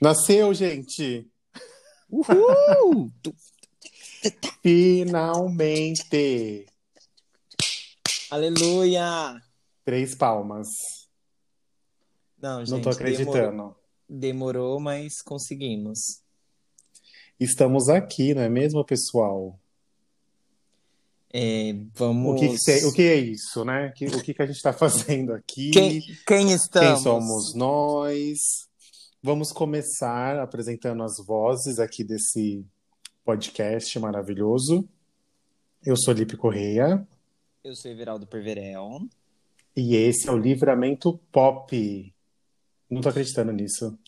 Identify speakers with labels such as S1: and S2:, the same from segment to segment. S1: Nasceu, gente!
S2: Uhul! Tu-
S1: Finalmente!
S2: Aleluia!
S1: Três palmas.
S2: Não, gente,
S1: Não tô
S2: Demorou,
S1: acreditando.
S2: demorou, mas conseguimos.
S1: Estamos aqui, não é mesmo, pessoal?
S2: É, vamos.
S1: O, que, que cê- o que é isso, né? Que- o que, que a gente tá fazendo aqui?
S2: Quem, quem
S1: Quem
S2: estamos?
S1: somos nós? Vamos começar apresentando as vozes aqui desse podcast maravilhoso. Eu sou Lipe Correia
S2: Eu sou Everaldo Perverel.
S1: e esse é o Livramento Pop. Não tô acreditando nisso.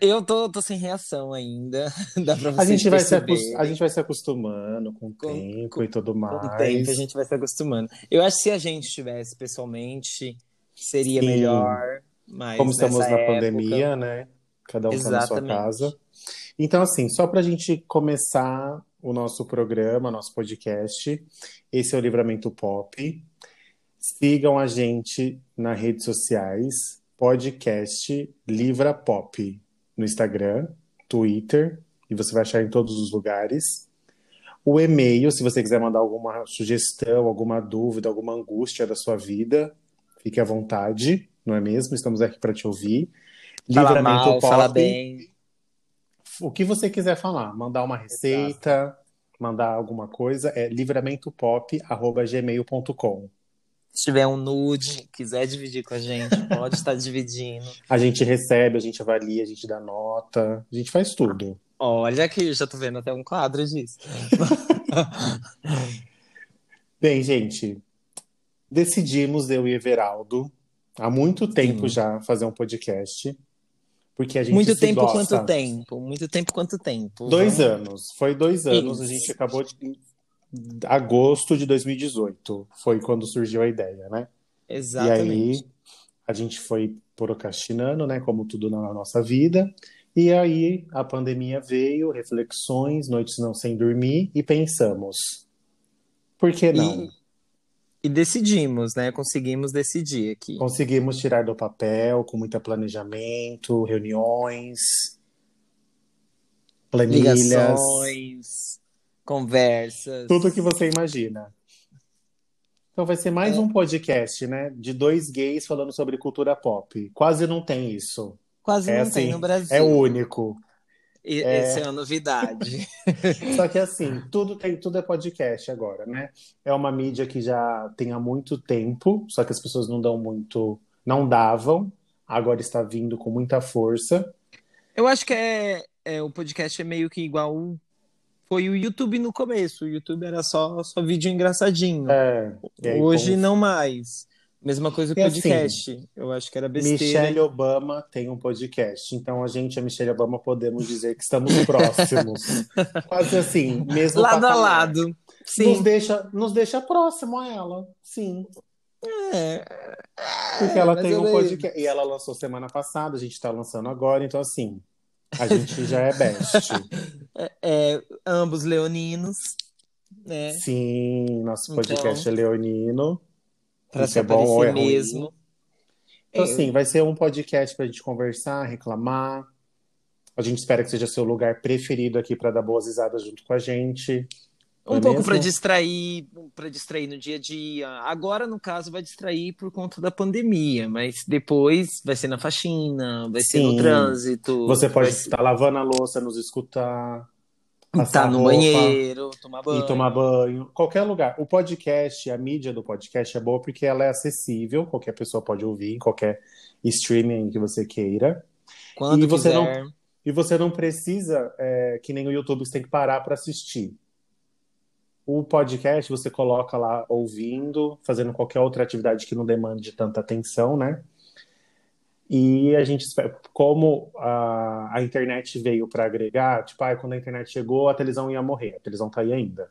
S2: Eu tô, tô sem reação ainda. Dá pra
S1: A
S2: vocês
S1: gente, vai se acos-
S2: perceberem.
S1: a gente vai se acostumando com o
S2: Com-
S1: tempo
S2: com-
S1: e tudo
S2: Com
S1: mais.
S2: o tempo a gente tá vai se acostumando. Eu acho que se a gente estivesse pessoalmente, seria
S1: Sim.
S2: melhor. Mas
S1: Como estamos na
S2: nessa época-
S1: pandemia, né? Cada um está na sua
S2: Exatamente.
S1: casa. Então, assim, só para a gente começar o nosso programa, nosso podcast, esse é o Livramento Pop. Sigam a gente nas redes sociais, podcast Livra Pop, no Instagram, Twitter, e você vai achar em todos os lugares. O e-mail, se você quiser mandar alguma sugestão, alguma dúvida, alguma angústia da sua vida, fique à vontade, não é mesmo? Estamos aqui para te ouvir.
S2: Fala mal, fala bem.
S1: O que você quiser falar, mandar uma receita, mandar alguma coisa, é livramentopop.gmail.com.
S2: Se tiver um nude, quiser dividir com a gente, pode estar dividindo.
S1: A gente recebe, a gente avalia, a gente dá nota, a gente faz tudo.
S2: Olha aqui, já tô vendo até um quadro disso.
S1: Bem, gente, decidimos, eu e Everaldo, há muito tempo já, fazer um podcast. Porque a gente
S2: Muito
S1: se
S2: tempo,
S1: gosta.
S2: quanto tempo? Muito tempo, quanto tempo?
S1: Dois
S2: Vamos-
S1: anos. Foi dois anos. A
S2: Isso.
S1: gente acabou de. em Agosto de 2018 foi quando surgiu a ideia, né?
S2: Exatamente.
S1: E aí a gente foi procrastinando, né? Como tudo na nossa vida. E aí a pandemia veio, reflexões, noites não sem dormir, e pensamos. Por que não?
S2: E- e decidimos, né? Conseguimos decidir aqui.
S1: Conseguimos tirar do papel com muito planejamento, reuniões, planilhas,
S2: Ligações, conversas.
S1: tudo que você imagina. Então vai ser mais
S2: É.
S1: um podcast, né? De dois gays falando sobre cultura pop. Quase não tem isso.
S2: Quase
S1: É
S2: não tem
S1: assim,
S2: no Brasil.
S1: É único.
S2: E-
S1: é-
S2: Essa é a novidade.
S1: Só que assim, tudo tem, tudo é podcast agora, né? É uma mídia que já tem há muito tempo, só que as pessoas não dão muito, não davam. Agora está vindo com muita força.
S2: Eu acho que é, é, o podcast é meio que igual o- foi o YouTube no começo. O YouTube era só, só vídeo engraçadinho.
S1: É, e aí,
S2: Hoje
S1: como-
S2: não mais. Mesma coisa que
S1: E
S2: o
S1: assim,
S2: podcast. Eu acho que era besteira.
S1: Michelle Obama tem um podcast, então a gente, a Michelle Obama, podemos dizer que estamos próximos. Quase assim, mesmo
S2: lado a
S1: patamar.
S2: lado.
S1: Nos
S2: Sim.
S1: deixa, nos deixa próximo a ela, sim.
S2: É.
S1: Porque ela
S2: mas
S1: tem um
S2: olha aí.
S1: podcast. E ela lançou semana passada, a gente tá lançando agora, então assim, a gente já é best.
S2: É, ambos leoninos, né?
S1: Sim, nosso podcast
S2: Então-
S1: é Leonino.
S2: Pra
S1: Isso
S2: se
S1: é bom ou é
S2: aparecer
S1: ruim?
S2: mesmo.
S1: Então,
S2: É,
S1: assim, vai ser um podcast pra gente conversar, reclamar. A gente espera que seja seu lugar preferido aqui pra dar boas risadas junto com a gente.
S2: Um
S1: não é
S2: pouco
S1: mesmo?
S2: para distrair, para distrair no dia a dia. Agora, no caso, vai distrair por conta da pandemia, mas depois vai ser na faxina, vai ser
S1: Sim.
S2: no trânsito.
S1: Você pode
S2: vai ser-
S1: estar lavando a louça, nos escutar,
S2: tá
S1: passar
S2: no
S1: roupa
S2: banheiro, tomar banho.
S1: e tomar banho, qualquer lugar. O podcast, a mídia do podcast é boa porque ela é acessível, qualquer pessoa pode ouvir, em qualquer streaming que você queira.
S2: Quando
S1: E você
S2: quiser.
S1: E você não precisa, é, que nem o YouTube, você tem que parar para assistir. O podcast você coloca lá ouvindo, fazendo qualquer outra atividade que não demande tanta atenção, né? E a gente espera, como a, a internet veio para agregar, tipo, ah, quando a internet chegou, a televisão ia morrer, a televisão tá aí ainda.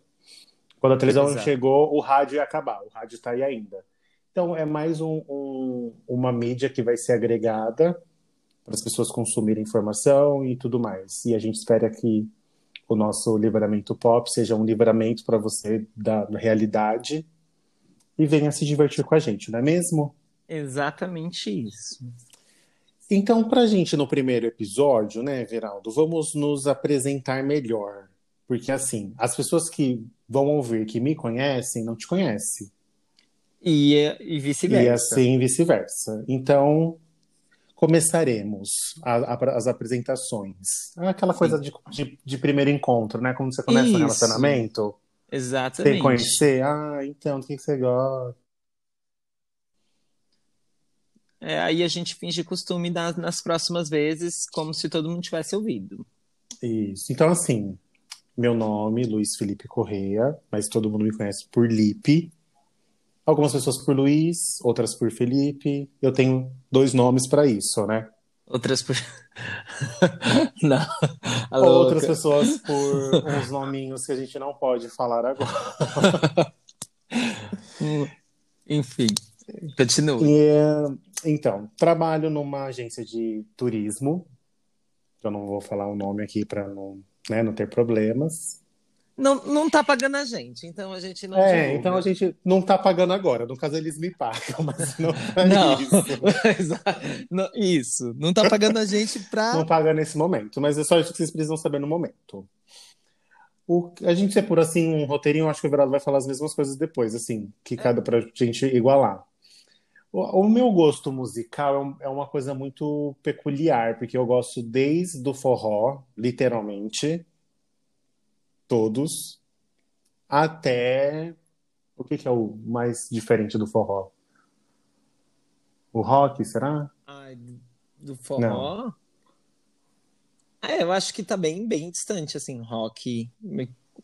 S1: Quando a televisão
S2: Exato.
S1: chegou, o rádio ia acabar, o rádio tá aí ainda. Então é mais um- um- uma mídia que vai ser agregada para as pessoas consumirem informação e tudo mais. E a gente espera que o nosso livramento pop seja um livramento para você da da realidade e venha se divertir com a gente, não é mesmo?
S2: Exatamente isso.
S1: Então, para a gente no primeiro episódio, né, Veraldo, vamos nos apresentar melhor. Porque, assim, as pessoas que vão ouvir, que me conhecem, não te conhecem.
S2: E, e vice-versa.
S1: E assim vice-versa. Então, começaremos a- a- as apresentações. É Aquela coisa de, de- de primeiro encontro, né? Quando você começa um
S2: Isso.
S1: relacionamento, sem
S2: Exatamente.
S1: conhecer. Ah, então, do que que você gosta?
S2: É, aí a gente finge costume nas, nas próximas vezes, como se todo mundo tivesse ouvido.
S1: Isso. Então, assim, meu nome, Luiz Felipe Correia, mas todo mundo me conhece por Lipe. Algumas pessoas por Luiz, outras por Felipe. Eu tenho dois nomes para isso, né?
S2: Outras por. não. A Tá louca.
S1: Outras pessoas por uns nominhos que a gente não pode falar
S2: Tá
S1: agora.
S2: Hum, Enfim, continua.
S1: E, é, então, trabalho numa agência de turismo. Eu não vou falar o nome aqui para não, né, não ter problemas.
S2: Não, não tá pagando a gente, então a gente não.
S1: é,
S2: divulga.
S1: então a gente não tá pagando agora. No caso, eles me pagam, mas não é
S2: Não.
S1: isso.
S2: Exa- não, Isso, não tá pagando a gente pra.
S1: Não paga nesse momento, mas é só isso que vocês precisam saber no momento. O- a gente é por assim um roteirinho, acho que o Veraldo vai falar as mesmas coisas depois, assim, que cada pra gente igualar. O, o meu gosto musical é, um- é uma coisa muito peculiar, porque eu gosto desde o forró, literalmente, todos, até o que, que é o mais diferente do forró? O rock, será?
S2: Ai, do forró. É, eu acho que tá bem, bem distante, assim, rock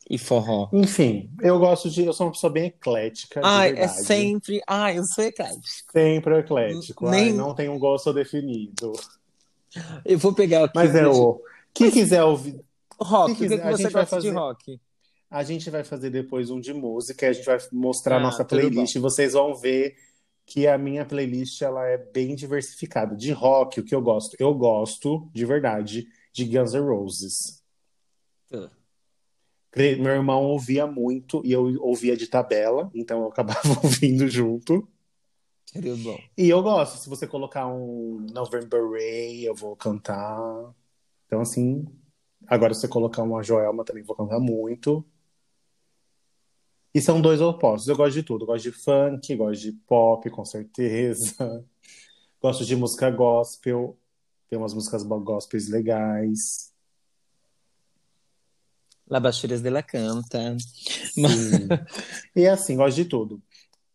S2: e forró.
S1: Enfim, eu gosto de. Eu sou uma pessoa bem eclética. de
S2: Ai, é
S1: verdade.
S2: sempre. Ai, eu sou eclético.
S1: Sempre eclético. Ai,
S2: Nem-
S1: não tem um gosto definido.
S2: Eu vou pegar o que
S1: Mas é o. Quem quiser ouvir.
S2: rock.
S1: quem
S2: O que,
S1: quiser,
S2: que
S1: a
S2: você
S1: gente vai
S2: gosta de
S1: fazer-
S2: rock?
S1: A gente vai fazer depois um de música, a gente vai mostrar a
S2: Ah,
S1: nossa
S2: tudo
S1: playlist. E vocês vão ver que a minha playlist ela é bem diversificada. De rock, o que eu gosto? Eu gosto, de verdade, de Guns N' Roses.
S2: Tá.
S1: Cre- Meu irmão ouvia muito e eu ouvia de tabela, então eu acabava ouvindo junto.
S2: Tudo bom.
S1: E eu gosto, se você colocar um November Ray, eu vou cantar. Então, assim, agora se você colocar uma Joelma, também vou cantar muito. E são dois opostos. Eu gosto de tudo. Eu gosto de funk, gosto de pop, com certeza. Gosto de música gospel. Tem umas músicas gospels legais.
S2: La Bastidas de la Canta.
S1: Sim. e assim, gosto de tudo.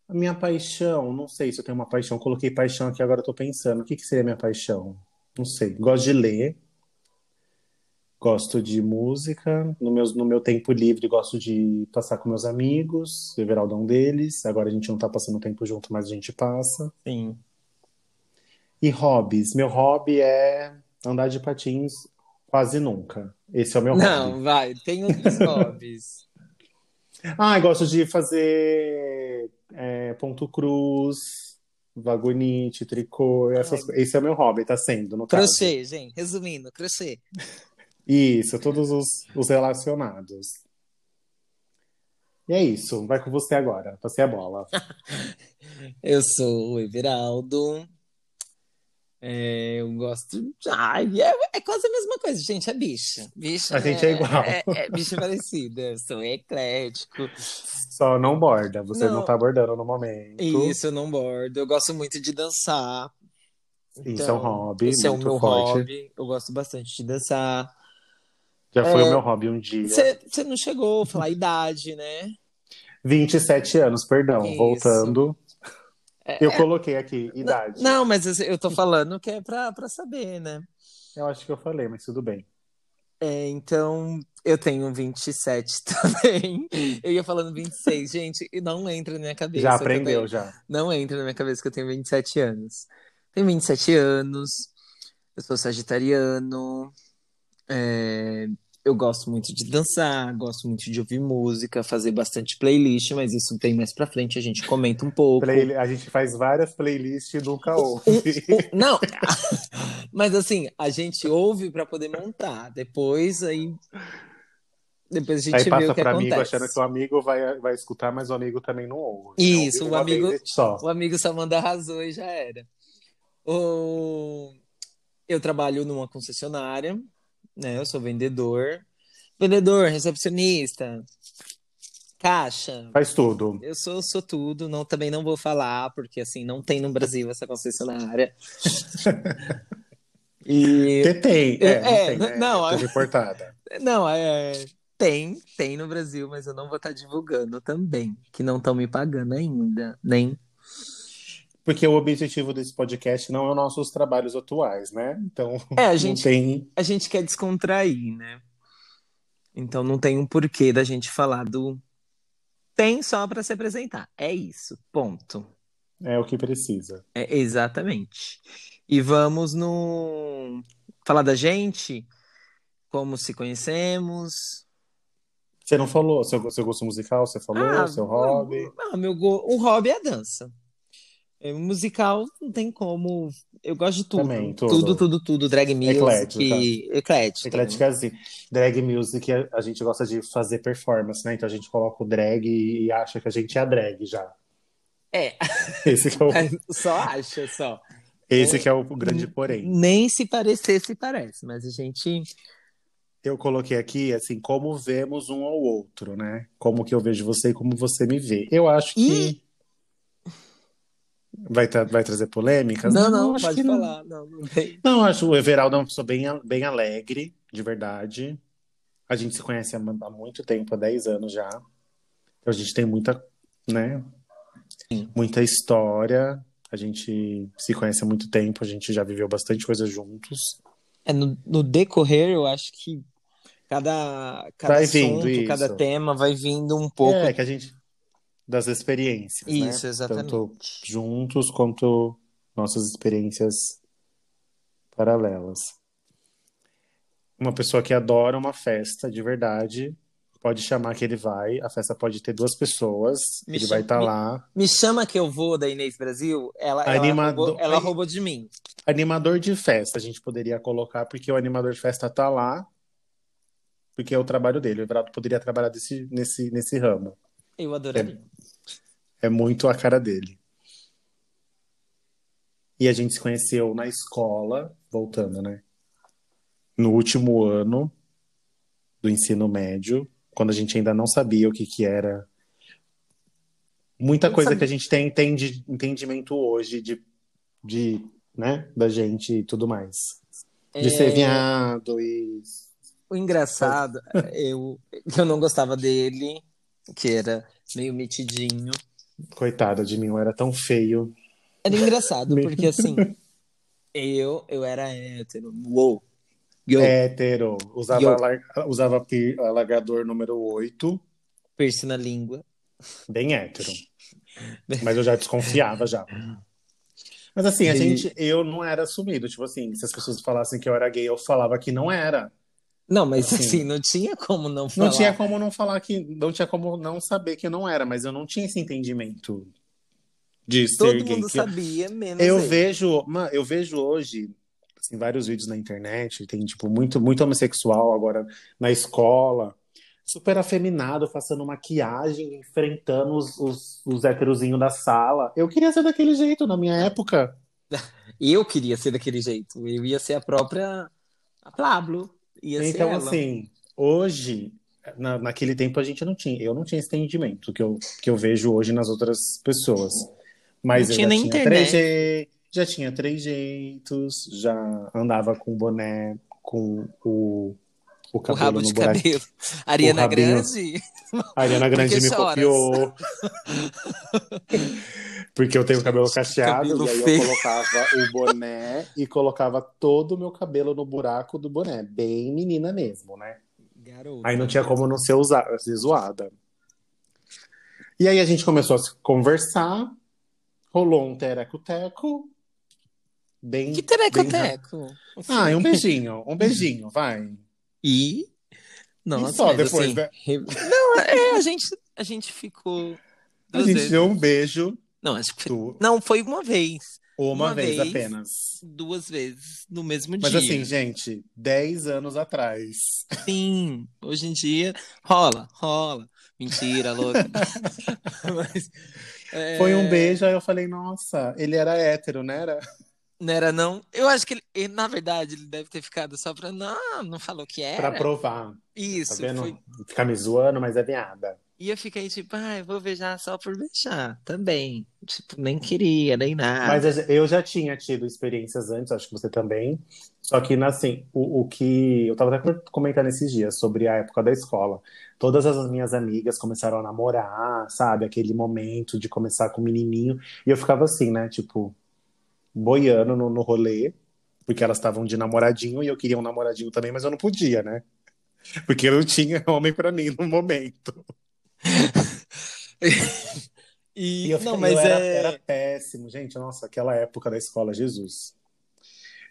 S1: A minha paixão, não sei se eu tenho uma paixão. Coloquei paixão aqui, agora eu tô pensando. O que, que seria minha paixão? Não sei. Gosto de ler. Gosto de música. No meu, no meu tempo livre, gosto de passar com meus amigos. O Everaldo é um deles. Agora a gente não tá passando tempo junto, mas a gente passa.
S2: Sim.
S1: E hobbies. Meu hobby é andar de patins quase nunca. Esse é o meu hobby.
S2: Não, vai. Tem outros hobbies.
S1: Ah, eu gosto de fazer é, ponto cruz, vagonite, tricô. essas co- Esse é o meu hobby, tá sendo, no caso.
S2: crochê, gente. Resumindo, crochê.
S1: Isso, todos os, os relacionados. E é isso, vai com você agora. Você é a bola.
S2: Eu sou o Everaldo. É, eu gosto. Ai, é, é quase a mesma coisa, gente. É bicha. Bicha
S1: A gente é igual.
S2: É, é bicha parecida. Eu sou eclético.
S1: Só não borda, você não,
S2: Não.
S1: tá bordando no momento.
S2: Isso, eu não bordo. Eu gosto muito de dançar.
S1: Isso é um hobby
S2: Esse é o
S1: muito
S2: meu
S1: forte.
S2: hobby. Eu gosto bastante de dançar.
S1: Já foi
S2: É.
S1: o meu hobby um dia.
S2: Você não chegou a falar a idade, né?
S1: 27 anos, perdão,
S2: Isso.
S1: voltando.
S2: É,
S1: Eu coloquei aqui, idade.
S2: Não, mas eu- eu tô falando que é pra, pra saber, né?
S1: Eu acho que eu falei, mas tudo bem.
S2: É, então, eu tenho 27 também. Eu ia falando 26, gente, e não entra na minha cabeça.
S1: Já
S2: também.
S1: aprendeu, já.
S2: Não entra na minha cabeça que eu tenho 27 anos. Tenho 27 anos, eu sou sagitariano, é, eu gosto muito de dançar, gosto muito de ouvir música, fazer bastante playlist, mas isso tem mais pra frente, a gente comenta um pouco.
S1: Play- a gente faz várias playlists e nunca ouve.
S2: Não, mas assim, a gente ouve pra poder montar. Depois aí. Depois a gente
S1: Aí
S2: vê
S1: passa
S2: o que
S1: para
S2: acontece.
S1: amigo achando que o amigo vai, vai escutar, mas o amigo também não ouve.
S2: Isso,
S1: Ouve
S2: o
S1: uma
S2: amigo-
S1: vez Só.
S2: O amigo só manda arrasou e já era. O... Eu trabalho numa concessionária, né? Eu sou vendedor. Vendedor, recepcionista, caixa.
S1: Faz tudo.
S2: Eu sou, sou tudo, não, também não vou falar, porque assim, não tem no Brasil essa concessionária. e
S1: Porque tem. É,
S2: É,
S1: não, tem,
S2: não,
S1: é,
S2: é-
S1: tô reportada.
S2: Não, é. Tem, tem no Brasil, mas eu não vou estar divulgando também, que não estão me pagando ainda, nem.
S1: Porque o objetivo desse podcast não é os nossos trabalhos atuais, né? Então,
S2: É, a
S1: não
S2: gente,
S1: tem.
S2: a gente quer descontrair, né? Então não tem um porquê da gente falar do tem só para se apresentar. É isso, ponto.
S1: É o que precisa.
S2: É, exatamente. E vamos no falar da gente, como se conhecemos,
S1: Você não falou seu, seu gosto musical, você falou,
S2: Ah,
S1: seu é um hobby.
S2: eu- Ah, meu go... O hobby é a dança. É, musical não tem como. Eu gosto de tudo.
S1: Também, tudo.
S2: tudo. Tudo, tudo, Drag music.
S1: Eclética.
S2: Eclética.
S1: Eclética assim. Drag music, a, a gente gosta de fazer performance, né? Então a gente coloca o drag e acha que a gente é a drag já.
S2: É,
S1: Esse que é o,
S2: só acha, só.
S1: esse que é o grande porém.
S2: Nem se parecer, se parece, mas a gente.
S1: Eu coloquei aqui, assim, como vemos um ao outro, né? Como que eu vejo você e como você me vê. Eu acho que. Vai, tra- vai trazer polêmicas?
S2: Não, não,
S1: acho
S2: pode
S1: que não.
S2: falar. Não, não tem.
S1: Não, acho o Everaldo é uma pessoa bem, bem alegre, de verdade. A gente se conhece há, há muito tempo, há 10 anos já. Então a gente tem muita, né?
S2: Sim.
S1: Muita história. A gente se conhece há muito tempo, a gente já viveu bastante coisa juntos.
S2: É, no, no decorrer, eu acho que cada, cada
S1: Vai vindo
S2: assunto, cada
S1: isso.
S2: tema vai vindo um pouco.
S1: É, que a gente. Das experiências, né?
S2: Isso, exatamente.
S1: Tanto juntos quanto nossas experiências paralelas. Uma pessoa que adora uma festa de verdade, pode chamar que ele vai. A festa pode ter duas pessoas,
S2: Me
S1: ele
S2: chama-
S1: vai estar
S2: me-
S1: lá.
S2: Me chama que eu vou da Inês Brasil, ela, ela
S1: Animado-
S2: roubou, ela roubou de mim.
S1: Animador de festa, a gente poderia colocar, porque o animador de festa tá lá, porque é o trabalho dele. O Everaldo poderia trabalhar desse, nesse, nesse ramo.
S2: Eu adoraria.
S1: É muito a cara dele. E a gente se conheceu na escola, voltando, né? No último ano do ensino médio, quando a gente ainda não sabia o que que era. Muita
S2: Não
S1: coisa
S2: sabia.
S1: que a gente tem entende, entendimento hoje de, de, né, da gente e tudo mais. De
S2: É,
S1: ser viado e.
S2: O engraçado, eu, eu não gostava dele, que era meio metidinho.
S1: Coitada de mim, eu era tão feio.
S2: Era engraçado,
S1: Me-
S2: porque assim, eu, eu era hétero. Uou. Yo,
S1: É. Hétero. Usava,
S2: Yo.
S1: alar- usava pir- alargador número 8.
S2: piercing na língua.
S1: Bem hétero. Mas eu já desconfiava já. Mas assim, a
S2: E-
S1: gente, eu não era assumido. Tipo assim, se as pessoas falassem que eu era gay, eu falava que não era.
S2: Não, mas
S1: Assim.
S2: assim, não tinha como não
S1: Não
S2: falar.
S1: tinha como não falar que. Não tinha como não saber que eu não era, mas eu não tinha esse entendimento de ser
S2: Todo
S1: gay.
S2: mundo
S1: que eu-
S2: sabia, menos
S1: eu
S2: ele.
S1: vejo, mano, eu vejo hoje assim, vários vídeos na internet, tem tipo muito muito homossexual agora na escola, super afeminado, passando maquiagem, enfrentando os, os, os heterozinhos da sala. Eu queria ser daquele jeito na minha época.
S2: Eu queria ser daquele jeito. Eu ia ser a própria a Pablo. Ia ser
S1: então,
S2: ela.
S1: assim, hoje, na, naquele tempo a gente não tinha, eu não tinha esse entendimento que eu, que eu vejo hoje nas outras pessoas. Mas
S2: Não
S1: eu
S2: tinha
S1: já
S2: nem
S1: tinha
S2: internet.
S1: 3G, já tinha três jeitos, já andava com boné, com o, o
S2: O
S1: cabelo
S2: rabo
S1: no
S2: de
S1: buraco.
S2: cabelo. Ariana
S1: rabinho.
S2: Grande.
S1: A Ariana Grande
S2: Porque
S1: me
S2: choras.
S1: copiou. Porque eu tenho cabelo cacheado,
S2: Cabelo
S1: e aí
S2: feio.
S1: eu colocava o boné e colocava todo o meu cabelo no buraco do boné. Bem menina mesmo, né?
S2: Garoto.
S1: Aí não tinha como não ser, usa- ser zoada. E aí a gente começou a se conversar, rolou um tereco-teco, bem...
S2: Que
S1: bem
S2: terecoteco.
S1: Ah, e um beijinho, um beijinho, vai.
S2: E. Nossa,
S1: E só
S2: mas
S1: depois,
S2: assim,
S1: né?
S2: re- Não, é, a gente, a gente ficou.
S1: A
S2: duas
S1: gente
S2: vezes.
S1: deu um beijo,
S2: Não, acho que foi...
S1: tu-
S2: não, foi uma vez.
S1: uma,
S2: Uma
S1: vez,
S2: vez.
S1: apenas.
S2: Duas vezes no mesmo
S1: Mas
S2: dia.
S1: assim, gente, 10 anos atrás.
S2: Sim, hoje em dia rola, rola. Mentira, louca. Mas, é,
S1: um Foi um beijo, aí eu falei, nossa, ele era hétero, né? Era...
S2: Não era, não? Eu acho que ele, ele, na verdade, ele deve ter ficado só pra. Não, não falou que era.
S1: Pra provar.
S2: Isso.
S1: tá vendo?
S2: foi-
S1: Ficar me zoando, mas é viada.
S2: E eu fiquei tipo, ah, eu vou beijar só por beijar. Também. Tipo, nem queria, nem nada.
S1: Mas eu já- eu já tinha tido experiências antes, acho que você também. Só que, assim, o, o que. Eu tava até comentando esses dias sobre a época da escola. Todas as minhas amigas começaram a namorar, sabe? Aquele momento de começar com o menininho. E eu ficava assim, né? Tipo, boiando no, no rolê, porque elas estavam de namoradinho e eu queria um namoradinho também, mas eu não podia, né? Porque eu não tinha homem pra mim no momento.
S2: E,
S1: E eu
S2: não,
S1: fiquei,
S2: mas
S1: eu era,
S2: é.
S1: era péssimo, gente. Nossa, aquela época da escola, Jesus.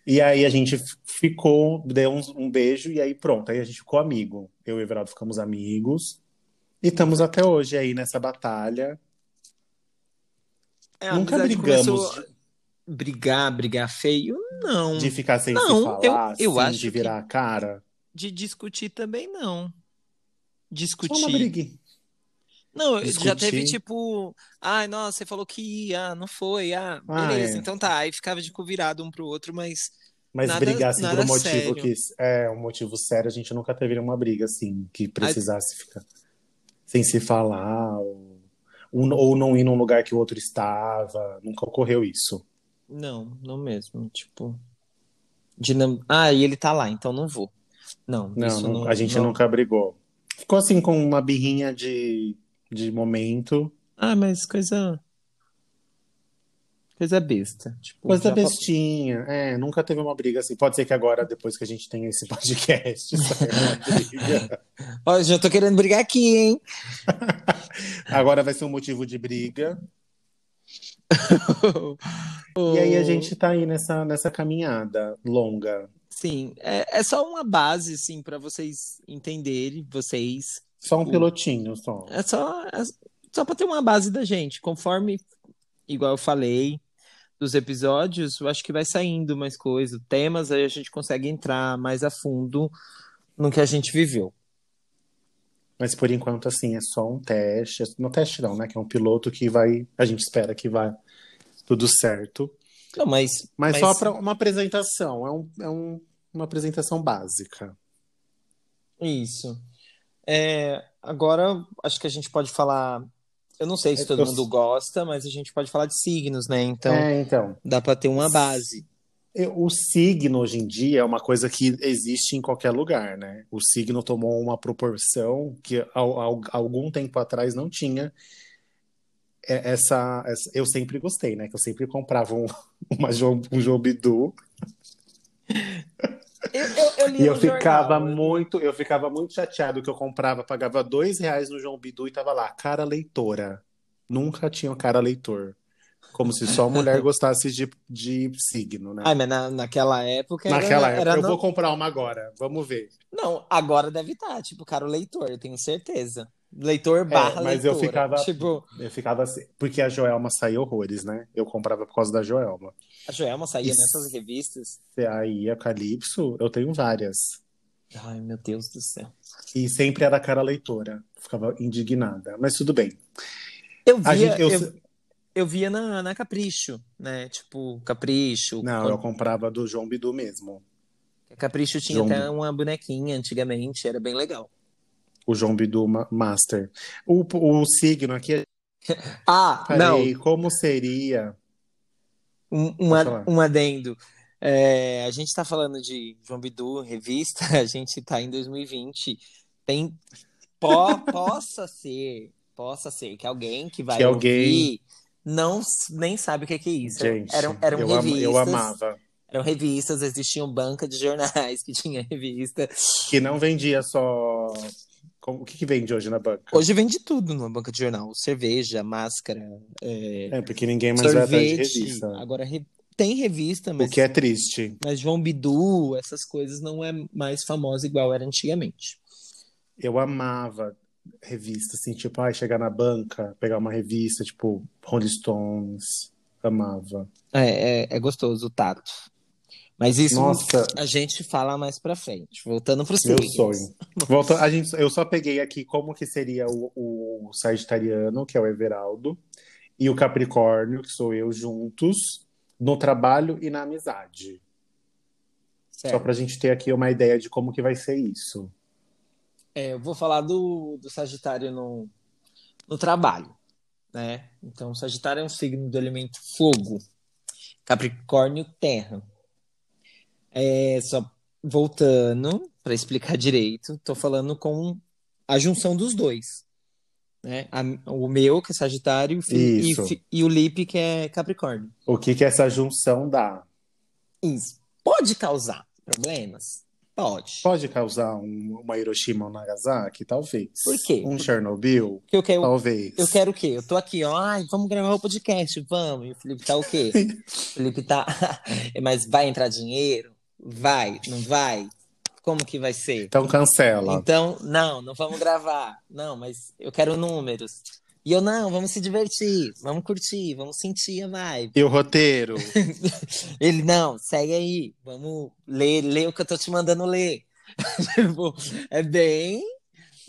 S1: E aí a gente f- ficou, deu uns- um, beijo e aí pronto. Aí a gente ficou amigo. Eu e o Everaldo ficamos amigos. E estamos até hoje aí nessa batalha.
S2: é, a
S1: Nunca
S2: amizade
S1: brigamos
S2: começou a Brigar, brigar feio? Não.
S1: De ficar sem se
S2: Não, eu-
S1: falar,
S2: eu
S1: assim,
S2: acho
S1: de
S2: que-
S1: virar a cara.
S2: De discutir também não.
S1: Só uma
S2: Discutir.
S1: briguinha.
S2: Não, já
S1: Discutir.
S2: teve tipo, ai, nossa, você falou que ia, ah, não foi, ah,
S1: Ah,
S2: beleza,
S1: é.
S2: então tá. Aí ficava de cu virado um pro outro, mas
S1: Mas
S2: Nada-
S1: brigar assim por
S2: nada
S1: um motivo
S2: sério.
S1: que é um motivo sério, a gente nunca teve uma briga assim que precisasse ficar sem se falar ou, ou não ir num lugar que o outro estava. Nunca ocorreu isso.
S2: não, não mesmo. Tipo, de não... ah, e ele tá lá, então não vou. Não,
S1: Não,
S2: isso
S1: não-
S2: não
S1: a gente
S2: não-
S1: nunca brigou. Ficou assim com uma birrinha de, de momento,
S2: Ah, mas coisa. Coisa besta. Tipo,
S1: coisa
S2: já
S1: bestinha. É, nunca teve uma briga assim. Pode ser que agora, depois que a gente tenha esse podcast, saia uma briga.
S2: fa- Ó, já tô querendo brigar aqui, hein?
S1: Agora vai ser um motivo de briga. E aí a gente tá aí nessa, nessa caminhada longa.
S2: Sim, é, é só uma base, assim, pra vocês entenderem, vocês.
S1: Só um
S2: O-
S1: pilotinho, só.
S2: É só, é só pra ter uma base da gente. Conforme, igual eu falei, dos episódios, eu acho que vai saindo mais coisa, temas, aí a gente consegue entrar mais a fundo no que a gente viveu.
S1: Mas por enquanto, assim, é só um teste. Não teste não, né? Que é um piloto que vai. A gente espera que vai tudo certo.
S2: Não, mas.
S1: Mas,
S2: Mas-
S1: só para uma apresentação. É, um, é um- uma apresentação básica.
S2: Isso. É, agora, acho que a gente pode falar. Eu não sei se
S1: Eu-
S2: todo
S1: É, eu-
S2: mundo gosta, mas a gente pode falar de signos, né? Então,
S1: é, então.
S2: dá pra ter uma base.
S1: eu- O signo hoje em dia é uma coisa que existe em qualquer lugar, né? O signo tomou uma proporção que ao- ao- algum tempo atrás não tinha. É- Essa, essa- eu sempre gostei, né? Que eu sempre comprava um, uma, Jo- um João Bidu.
S2: Eu, eu, eu li
S1: E eu
S2: no
S1: ficava
S2: jornal. né?
S1: muito, eu ficava muito chateado que eu comprava, pagava dois reais no João Bidu e tava lá, cara leitora. Nunca tinha um cara leitor. Como se só mulher gostasse de, de signo, né?
S2: Ai, mas na, naquela época Ah, era,
S1: Naquela
S2: era
S1: época, eu
S2: no-
S1: vou comprar uma agora, vamos ver.
S2: Não, agora deve estar, tipo, cara, o leitor, eu tenho certeza. Leitor barra
S1: É, mas eu
S2: leitora.
S1: ficava-
S2: Tipo,
S1: Eu ficava assim, porque a Joelma saiu horrores, né? Eu comprava por causa da Joelma.
S2: a Joelma saía
S1: Isso.
S2: nessas revistas.
S1: Aí a Calypso, eu tenho várias.
S2: Ai, meu Deus do céu.
S1: E sempre era cara leitora. Ficava indignada, mas tudo bem.
S2: Eu
S1: A
S2: via,
S1: gente-
S2: eu...
S1: eu-
S2: eu via na, na Capricho, né? Tipo, Capricho.
S1: Não, eu
S2: quando-
S1: comprava do João Bidu mesmo.
S2: Capricho tinha
S1: João-
S2: até uma bonequinha antigamente, era bem legal.
S1: O João Bidu Ma- Master. O, o signo aqui,
S2: Ah, não,
S1: parei, como seria?
S2: um, um,
S1: Pode
S2: a-
S1: falar.
S2: um adendo. É, a gente tá falando de João Bidu, revista, a gente tá em 2020. Tem. po- possa ser, possa ser que alguém que vai
S1: Que alguém-
S2: ouvir não s- nem sabe o que é, que é isso.
S1: Gente,
S2: eram eram
S1: eu, am-
S2: revistas.
S1: eu amava.
S2: Eram revistas, existiam banca de jornais que tinha revista.
S1: Que não vendia só... como- O que, que vende hoje na banca?
S2: Hoje vende tudo numa banca de jornal: cerveja, máscara, é,
S1: É, porque ninguém mais vai atrás de
S2: sorvete. Ah,
S1: revista. né?
S2: Agora re- tem revista, mas,
S1: O que é triste.
S2: mas João Bidu, essas coisas não é mais famosa igual era antigamente.
S1: Eu amava revista, assim, tipo, ai, chegar na banca, pegar uma revista, tipo, Rolling Stones. Amava.
S2: É, é- é gostoso o tato. Mas isso
S1: Nossa,
S2: a gente fala mais pra frente. Voltando pro
S1: Meu
S2: signos.
S1: sonho. Volta, a gente, eu só peguei aqui como que seria o, o Sagitariano, que é o Everaldo, e o Capricórnio, que sou eu, juntos. no trabalho e na amizade. Só
S2: Certo.
S1: pra gente ter aqui uma ideia de como que vai ser isso.
S2: É, eu vou falar do, do Sagitário no, no trabalho, né? Então, o Sagitário é um signo do elemento fogo, Capricórnio, terra. É, só voltando para explicar direito, tô falando com a junção dos dois, né? A- o meu, que é Sagitário, e, fi-
S1: Isso.
S2: e fi- e o Lipe, que é Capricórnio.
S1: O que que essa junção dá?
S2: Isso pode causar problemas? Pode.
S1: Pode causar um- uma Hiroshima ou Nagasaki? Talvez.
S2: Por quê?
S1: Um Chernobyl?
S2: Porque eu quero,
S1: Talvez.
S2: Eu quero o quê? Eu tô aqui, ó, ai, vamos gravar o podcast, vamos. E o Felipe tá o quê? O Felipe tá. Mas vai entrar dinheiro? Vai, não vai? Como que vai ser?
S1: Então cancela.
S2: Então, não, não vamos gravar. Não, mas eu quero números. E eu, não, vamos se divertir, vamos curtir, vamos sentir a vibe.
S1: E o roteiro?
S2: Ele, não, segue aí, vamos ler, ler o que eu tô te mandando ler. Tipo, é bem,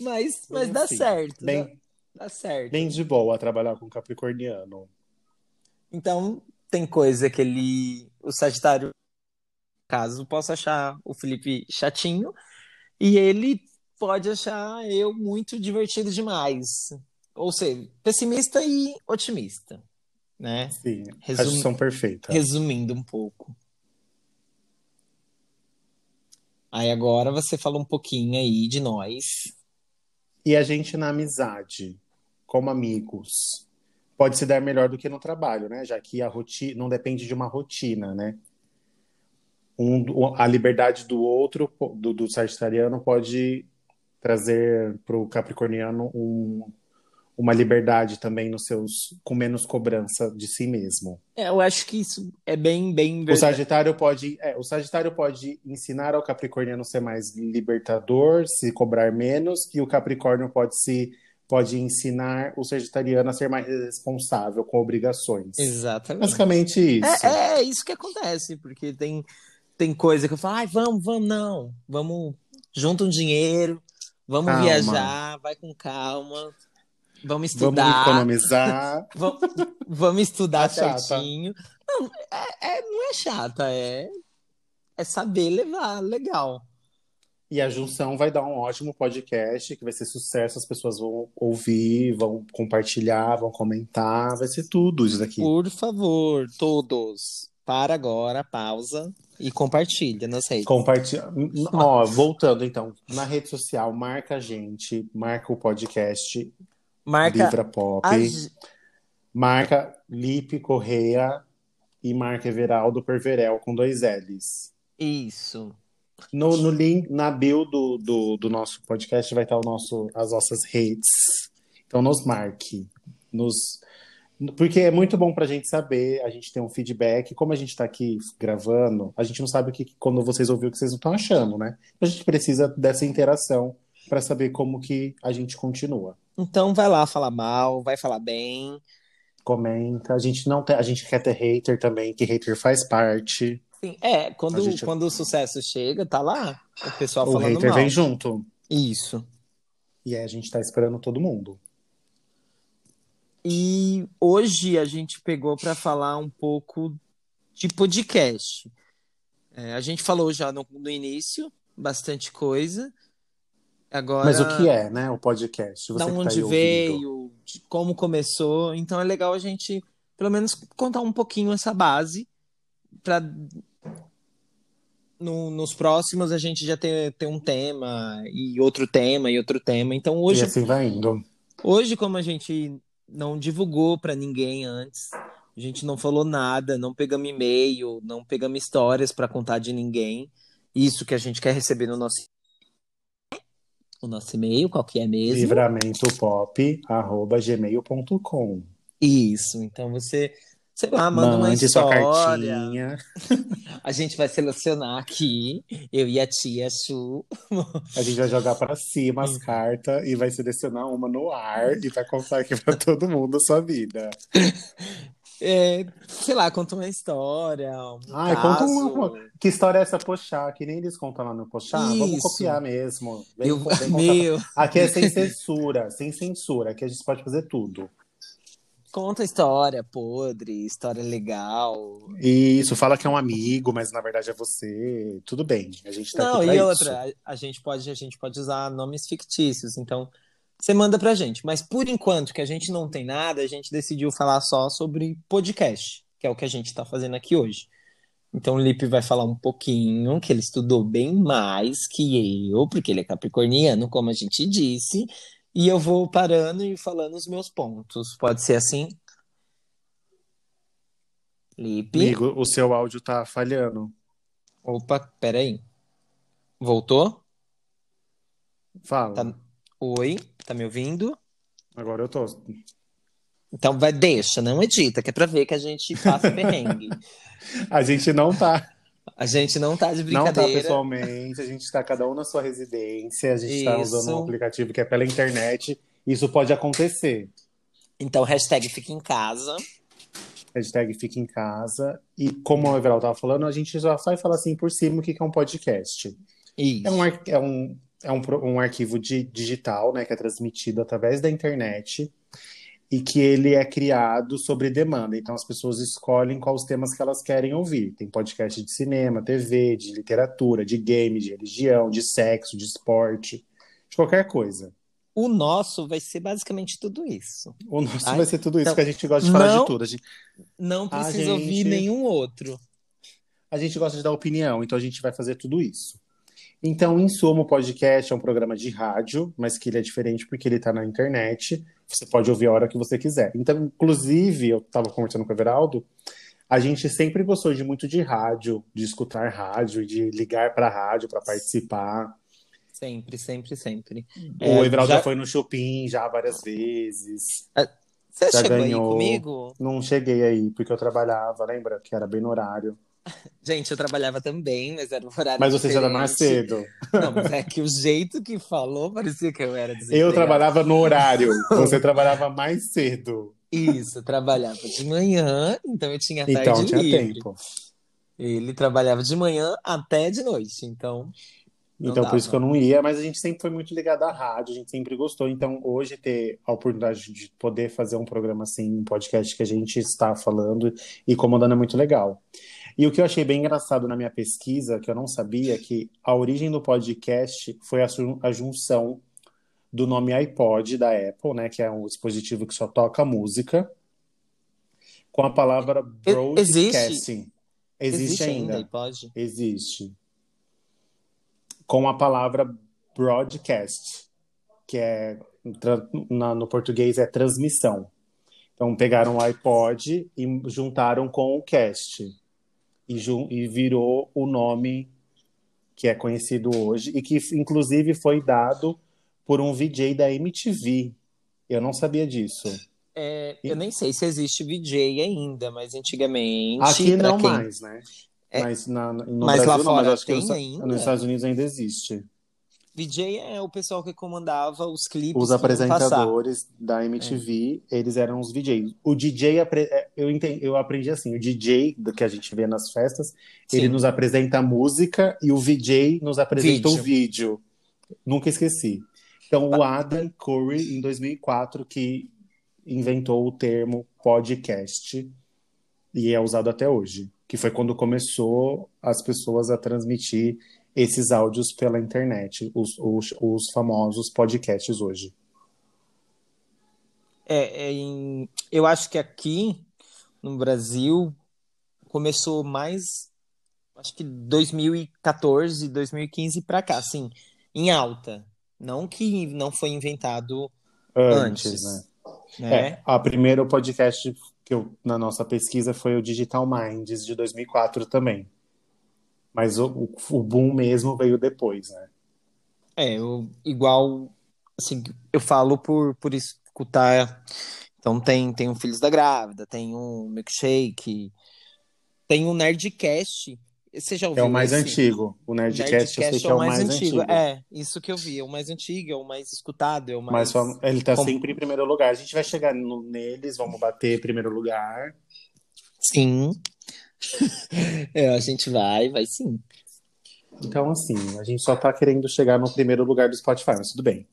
S2: mas, mas dá
S1: Enfim,
S2: certo.
S1: bem-
S2: dá, dá certo.
S1: Bem de boa trabalhar com Capricorniano.
S2: Então, tem coisa que ele. O Sagitário, no caso, possa achar o Felipe chatinho. E ele pode achar eu muito divertido demais. Ou seja, pessimista e otimista, né?
S1: Sim. A
S2: Resum-
S1: junção perfeita.
S2: Resumindo um pouco. Aí agora você fala um pouquinho aí de nós.
S1: E a gente na amizade, como amigos, pode se dar melhor do que no trabalho, né? Já que a rotina não depende de uma rotina, né? Um do- a liberdade do outro, po- do, do sagitariano, pode trazer para o capricorniano um- uma liberdade também nos seus, com menos cobrança de si mesmo.
S2: É, eu acho que isso é bem, bem
S1: O
S2: verdade.
S1: Sagitário pode, é, o Sagitário pode ensinar ao Capricorniano ser mais libertador, se cobrar menos, e o Capricórnio pode se pode ensinar o Sagitariano a ser mais responsável com obrigações.
S2: Exatamente.
S1: Basicamente isso.
S2: É, é isso que acontece, porque tem, tem coisa que eu falo, ai, vamos, vamos, não, vamos, junta um dinheiro, vamos
S1: Calma.
S2: viajar, vai com calma, vamos
S1: Vamos
S2: estudar,
S1: economizar.
S2: vamos, vamos estudar
S1: Tá chata.
S2: certinho. Não, é, é- não é chata, é, é saber levar, legal.
S1: E a junção vai dar um ótimo podcast, que vai ser sucesso, as pessoas vão ouvir, vão compartilhar, vão comentar, vai ser tudo isso daqui.
S2: Por favor, todos, para agora, pausa e compartilha nas redes.
S1: Compartilha. Ó, voltando então, na rede social, marca a gente, marca o podcast
S2: Marca
S1: Livra Pop,
S2: a ge-
S1: marca Lipe Correia e marca Everaldo Perverel com dois L's.
S2: isso.
S1: No, no link, na bio do, do, do nosso podcast vai estar o nosso, as nossas redes. Então nos marque. Nos... Porque é muito bom pra gente saber, a gente tem um feedback. Como a gente tá aqui gravando, a gente não sabe o que quando vocês ouviram o que vocês não estão achando, né? A gente precisa dessa interação pra saber como que a gente continua.
S2: Então vai lá falar mal, vai falar bem.
S1: Comenta, a gente não tem, a gente quer ter hater também, que hater faz parte.
S2: Sim, é, quando,
S1: A gente-
S2: quando o sucesso chega, tá lá o pessoal
S1: O
S2: falando
S1: hater
S2: mal.
S1: vem junto.
S2: Isso.
S1: E aí a gente tá esperando todo mundo.
S2: E hoje a gente pegou pra falar um pouco de podcast. É, a gente falou já no, no início bastante coisa. Agora, um
S1: Mas o que é, né, o podcast? Você
S2: da
S1: que tá
S2: onde
S1: aí ouvindo.
S2: veio, de como começou. Então é legal a gente, pelo menos, contar um pouquinho essa base para nos próximos a gente já ter, ter um tema e outro tema e outro tema. Então hoje,
S1: E assim vai indo.
S2: hoje como a gente não divulgou para ninguém antes, a gente não falou nada, não pegamos e-mail, não pegamos histórias para contar de ninguém. Isso que a gente quer receber no nosso o nosso e-mail, qual que é mesmo?
S1: livramentopop.gmail.com
S2: Isso, então você, sei lá, manda Tá uma
S1: Mande sua
S2: história.
S1: cartinha.
S2: A gente vai selecionar aqui, eu e a tia Chu.
S1: A gente vai jogar pra cima as cartas e vai selecionar uma no ar e vai contar aqui pra todo mundo a sua vida.
S2: É, sei lá, conta uma história, um
S1: Ai,
S2: caso.
S1: conta uma- Que história é essa, Pochá? Que nem eles contam lá no Pochá. Vamos
S2: Isso.
S1: copiar mesmo. Vem,
S2: Eu,
S1: vem contar pra-
S2: meu,
S1: Aqui é sem censura, sem censura. Aqui a gente pode fazer tudo.
S2: Conta história podre, história legal.
S1: Isso, fala que é um amigo, mas na verdade é você. Tudo bem, a gente tá
S2: Não,
S1: aqui pra
S2: e
S1: isso.
S2: outra, a, a gente pode, a gente pode usar nomes fictícios, então você manda pra gente. Mas por enquanto que a gente não tem nada, a gente decidiu falar só sobre podcast, que é o que a gente tá fazendo aqui hoje. Então o Lipe vai falar um pouquinho, que ele estudou bem mais que eu, porque ele é capricorniano, como a gente disse. E eu vou parando e falando os meus pontos. Pode ser assim? Lipe?
S1: Amigo, o seu áudio tá falhando.
S2: Opa, peraí. Voltou?
S1: Fala.
S2: Tá- Oi, tá me ouvindo?
S1: Agora eu tô.
S2: Então vai, deixa, não edita, que é pra ver que a gente passa perrengue.
S1: A gente não tá.
S2: A gente não tá de
S1: Não tá
S2: brincadeira.
S1: pessoalmente, a gente tá cada um na sua residência, a gente tá usando
S2: Isso.
S1: um aplicativo que é pela internet. Isso pode acontecer.
S2: então, hashtag fica em casa.
S1: Hashtag fica em casa. E como o Everal tava falando, a gente já vai falar assim por cima o que que é um podcast.
S2: Isso.
S1: É um, ar- é um, é um, pro- um arquivo di- digital, né, que é transmitido através da internet e que ele é criado sobre demanda. Então as pessoas escolhem quais os temas que elas querem ouvir. Tem podcast de cinema, TV, de literatura, de game, de religião, de sexo, de esporte, de qualquer coisa.
S2: O nosso vai ser basicamente tudo isso.
S1: O nosso
S2: Ai,
S1: vai ser tudo isso
S2: então,
S1: que a gente gosta de falar
S2: não-
S1: de tudo. A gente,
S2: Não
S1: A
S2: precisa
S1: gente-
S2: ouvir nenhum outro.
S1: a gente gosta de dar opinião, então a gente vai fazer tudo isso. Então, em suma, o podcast é um programa de rádio, mas que ele é diferente porque ele está na internet. Você pode ouvir a hora que você quiser. Então, inclusive, eu estava conversando com o Everaldo, a gente sempre gostou de muito de rádio, de escutar rádio, de ligar para rádio para participar.
S2: Sempre, sempre, sempre.
S1: o
S2: É,
S1: Everaldo
S2: já-
S1: já... foi no Chopin já várias vezes.
S2: Você
S1: já
S2: chegou
S1: ganhou.
S2: aí comigo?
S1: Não cheguei aí, porque eu trabalhava, lembra? Que era bem no horário.
S2: Gente, eu trabalhava também, mas era um horário
S1: Mas você já era mais
S2: diferente.
S1: cedo.
S2: Não, mas é que o jeito que falou parecia que eu era
S1: Eu
S2: desempregado.
S1: trabalhava no horário, você trabalhava mais cedo.
S2: Isso, eu trabalhava de manhã, então eu tinha a tarde
S1: Então, tinha
S2: livre.
S1: tempo.
S2: Ele trabalhava de manhã até de noite, então Não
S1: Então,
S2: dava.
S1: por isso que eu não ia, mas a gente sempre foi muito ligado à rádio, a gente sempre gostou. Então, hoje ter a oportunidade de poder fazer um programa assim, um podcast que a gente está falando e comandando é muito legal. E o que eu achei bem engraçado na minha pesquisa, que eu não sabia, é que a origem do podcast foi a, su- a junção do nome iPod da Apple, né, que é um dispositivo que só toca música, com a palavra
S2: E-
S1: broadcasting. Existe, ainda.
S2: pode.
S1: Existe. Com a palavra broadcast, que é tra- na- no português é transmissão. Então pegaram o iPod e juntaram com o cast. E, ju- e virou o nome que é conhecido hoje e que inclusive foi dado por um VJ da MTV. Eu não sabia disso.
S2: É,
S1: E-
S2: eu nem sei se existe VJ ainda, mas antigamente.
S1: Aqui
S2: pra
S1: não
S2: quem-
S1: mais, né?
S2: É.
S1: Mas na, no
S2: Mas
S1: Brasil
S2: lá
S1: não,
S2: fora
S1: mas acho que
S2: tem
S1: nos,
S2: ainda?
S1: nos Estados Unidos ainda existe.
S2: VJ é o pessoal que comandava os clipes.
S1: os
S2: que iam passar. É.
S1: apresentadores da MTV, eles eram os DJs. O DJ, apre- é, eu, entendi, eu aprendi assim, o DJ do que a gente vê nas festas, ele
S2: Sim.
S1: nos apresenta a música e o VJ nos apresenta o vídeo. Nunca esqueci. Então, o
S2: Tá.
S1: Adam Curry, em 2004, que inventou o termo podcast e é usado até hoje, que foi quando começou as pessoas a transmitir esses áudios pela internet, os, os, os famosos podcasts hoje.
S2: É, é em- Eu acho que aqui no Brasil começou mais, acho que 2014, 2015 pra cá, assim, em alta. Não que não foi inventado
S1: Antes,
S2: antes,
S1: né?
S2: né?
S1: É, a primeiro podcast que eu, na nossa pesquisa foi o Digital Minds, de 2004 também. Mas o, o, o boom mesmo veio depois, né?
S2: É, eu igual, assim, eu falo por, por escutar. Então tem, tem o Filhos da Grávida, tem o Milkshake, tem o Nerdcast. Você já
S1: É
S2: ouviu
S1: o mais
S2: esse?
S1: antigo. O
S2: O
S1: Nerdcast, eu sei que é o mais antigo.
S2: É, isso que eu vi, é o mais antigo, é o mais escutado, é o
S1: Mas
S2: mais.
S1: fam- ele tá
S2: Como-
S1: sempre em primeiro lugar. A gente vai chegar no- neles, vamos bater primeiro lugar.
S2: Sim. É, a gente vai, vai sim.
S1: Tá Então, assim, a gente só tá querendo chegar no primeiro lugar do Spotify, mas tudo bem.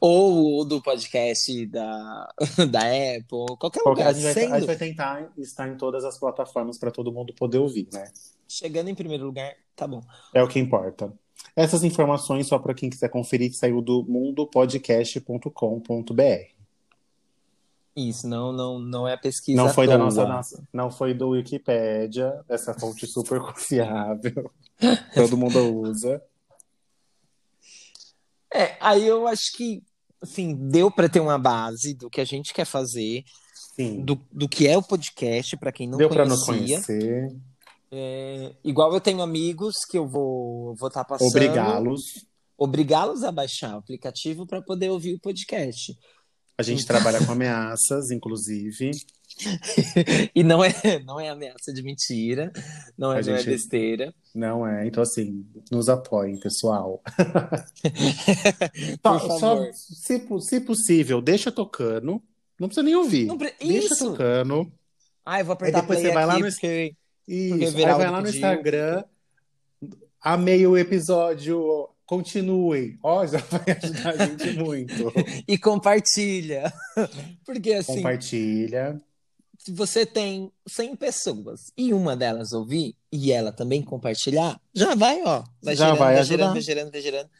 S2: Ou o do podcast da, da Apple, qualquer
S1: Qualquer- um,
S2: lugar.
S1: a, gente vai, a
S2: sendo-
S1: gente vai tentar estar em todas as plataformas para todo mundo poder ouvir, né?
S2: Chegando em primeiro lugar, tá bom.
S1: É o que importa. Essas informações, só para quem quiser conferir, que saiu do mundopodcast.com.br.
S2: Isso, não, não, não é a pesquisa.
S1: Não
S2: à
S1: foi da
S2: toa.
S1: nossa, nossa- não foi do Wikipédia, essa fonte super confiável. Todo mundo usa.
S2: É, aí eu acho que, assim, deu pra ter uma base do que a gente quer fazer,
S1: Sim.
S2: do, do que é o podcast, pra quem não
S1: Deu para
S2: conhecia.
S1: nos conhecer,
S2: É, igual eu tenho amigos que eu vou vou estar passando.
S1: obrigá-los.
S2: Obrigá-los a baixar o aplicativo pra poder ouvir o podcast.
S1: A
S2: um
S1: gente trabalha com ameaças, inclusive.
S2: E não é, não é ameaça de mentira, não é,
S1: A
S2: não é
S1: gente-
S2: besteira.
S1: Não é? Então, assim, nos apoiem, pessoal.
S2: Por
S1: Só-
S2: favor.
S1: só, se, po- se possível, deixa tocando. Não precisa nem ouvir.
S2: Não pre-
S1: Deixa
S2: Isso!
S1: tocando.
S2: Ah, eu vou apertar
S1: depois
S2: play
S1: você vai lá
S2: aqui
S1: no-
S2: porque-
S1: Isso.
S2: Porque
S1: Aí
S2: viral
S1: vai lá no
S2: pediu.
S1: Instagram. Amei o episódio. Continuem. Ó, já vai ajudar a gente muito.
S2: E compartilha. Porque assim,
S1: Compartilha.
S2: se você tem 100 pessoas e uma delas ouvir e ela também compartilhar, já vai, ó. Vai
S1: Já
S2: girando,
S1: vai ajudar.
S2: girando, vai girando, vai girando.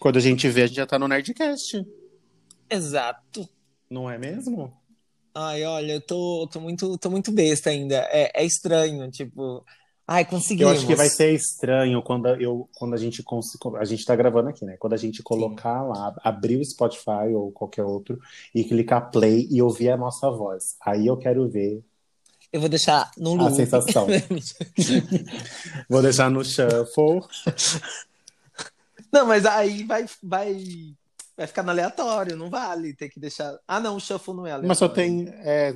S1: Quando a gente vê, a gente já tá no Nerdcast.
S2: Exato.
S1: Não é mesmo?
S2: Ai, olha, eu tô, tô muito, tô muito besta ainda. É, é estranho, tipo. Ai,
S1: Eu
S2: conseguimos.
S1: acho que vai ser estranho quando, eu, quando a gente cons- a gente tá gravando aqui, né? Quando a gente colocar lá, abrir o Spotify ou qualquer outro e clicar play e ouvir a nossa voz. Aí eu quero ver
S2: Eu vou deixar no
S1: a
S2: loop.
S1: sensação. Vou deixar no shuffle.
S2: Não, mas aí vai, vai, vai ficar no aleatório, não vale ter que deixar. Ah, não, o shuffle não é aleatório.
S1: Mas só tem. É,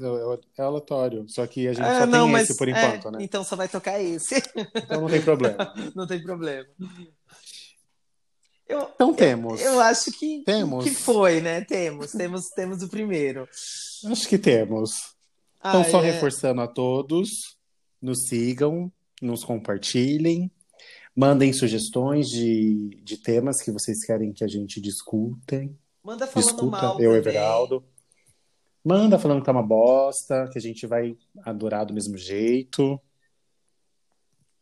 S1: é aleatório. Só que a gente
S2: É,
S1: só
S2: não,
S1: tem
S2: mas
S1: esse por
S2: é,
S1: enquanto, né?
S2: Então só vai tocar esse.
S1: Então não tem problema.
S2: Não tem problema. Eu,
S1: Então temos.
S2: eu acho que,
S1: Temos.
S2: que foi, né? Temos, temos, temos o primeiro.
S1: Acho que temos. Então,
S2: Ai,
S1: só
S2: é.
S1: reforçando a todos, nos sigam, nos compartilhem, mandem sugestões de, de temas que vocês querem que a gente discuta.
S2: Manda falando
S1: Discuta,
S2: mal
S1: eu,
S2: também.
S1: Everaldo. Manda falando que tá uma bosta, que a gente vai adorar do mesmo jeito.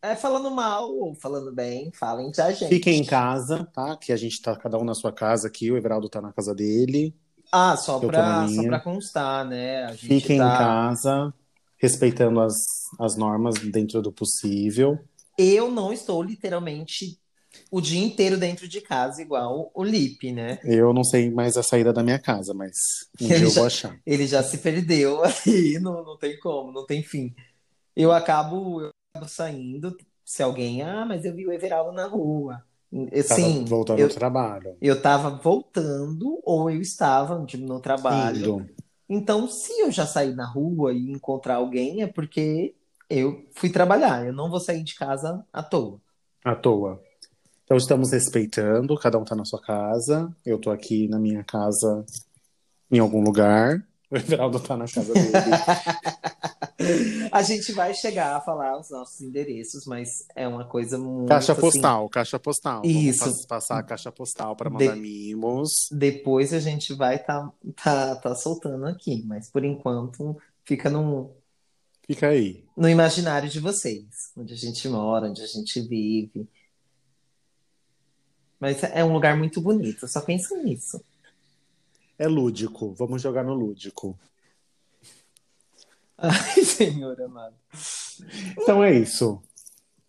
S2: É falando mal ou falando bem, falem da gente.
S1: Fiquem em casa, tá? Que a gente tá cada um na sua casa aqui, o Everaldo tá na casa dele.
S2: Ah, só
S1: Eu tô
S2: pra,
S1: na
S2: só
S1: minha.
S2: pra constar, né? A gente
S1: Fiquem
S2: tá-
S1: em casa, respeitando as, as normas dentro do possível.
S2: Eu não estou literalmente o dia inteiro dentro de casa, igual o Lipe, né?
S1: Eu não sei mais a saída da minha casa, mas um dia eu vou achar.
S2: Ele já se perdeu aí, não, não tem como, não tem fim. Eu acabo, eu acabo saindo, se alguém, ah, mas eu vi o Everaldo na rua. Eu,
S1: Tava
S2: Sim,
S1: voltando
S2: eu,
S1: ao trabalho.
S2: eu tava voltando ou eu estava tipo, no trabalho.
S1: Lindo.
S2: Então, se eu já sair na rua e encontrar alguém, é porque eu fui trabalhar. Eu não vou sair de casa à toa.
S1: À toa. Então estamos respeitando, cada um tá na sua casa. Eu tô aqui na minha casa, em algum lugar. O Everaldo tá na casa dele.
S2: A gente vai chegar a falar os nossos endereços, mas é uma coisa muito
S1: caixa
S2: assim,
S1: postal, caixa postal.
S2: Isso.
S1: Vamos pas- passar a caixa postal para mandar
S2: De-
S1: mimos.
S2: Depois a gente vai tá, tá, tá soltando aqui, mas por enquanto fica no,
S1: Fica aí.
S2: no imaginário de vocês, onde a gente mora, onde a gente vive. Mas é um lugar muito bonito, só pensa nisso.
S1: É lúdico. Vamos jogar no lúdico.
S2: Uh. Ai, senhor amado.
S1: Então é isso.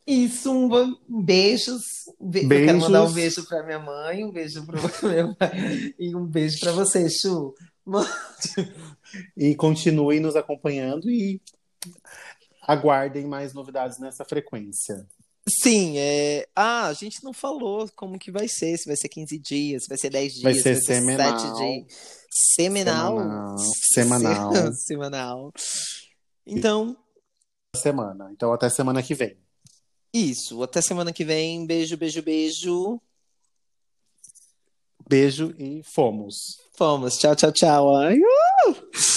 S2: Isso, um bo- beijos. Be- Eu quero
S1: Beijos.
S2: mandar um beijo pra minha mãe, um beijo pro meu pai e um beijo pra você, Chu.
S1: E continuem nos acompanhando e aguardem mais novidades nessa frequência.
S2: Sim, é... ah, a gente não falou como que vai ser, se vai ser 15 dias, se vai ser 10 dias,
S1: Vai
S2: se
S1: ser
S2: vai ser
S1: semanal.
S2: 7 dias. Semanal?
S1: Semanal.
S2: Se- Semanal. Então,
S1: Semana. Então até semana que vem.
S2: isso. Até semana que vem. Beijo, beijo, beijo.
S1: Beijo e fomos.
S2: Fomos. Tchau, tchau, tchau. Ai, uh!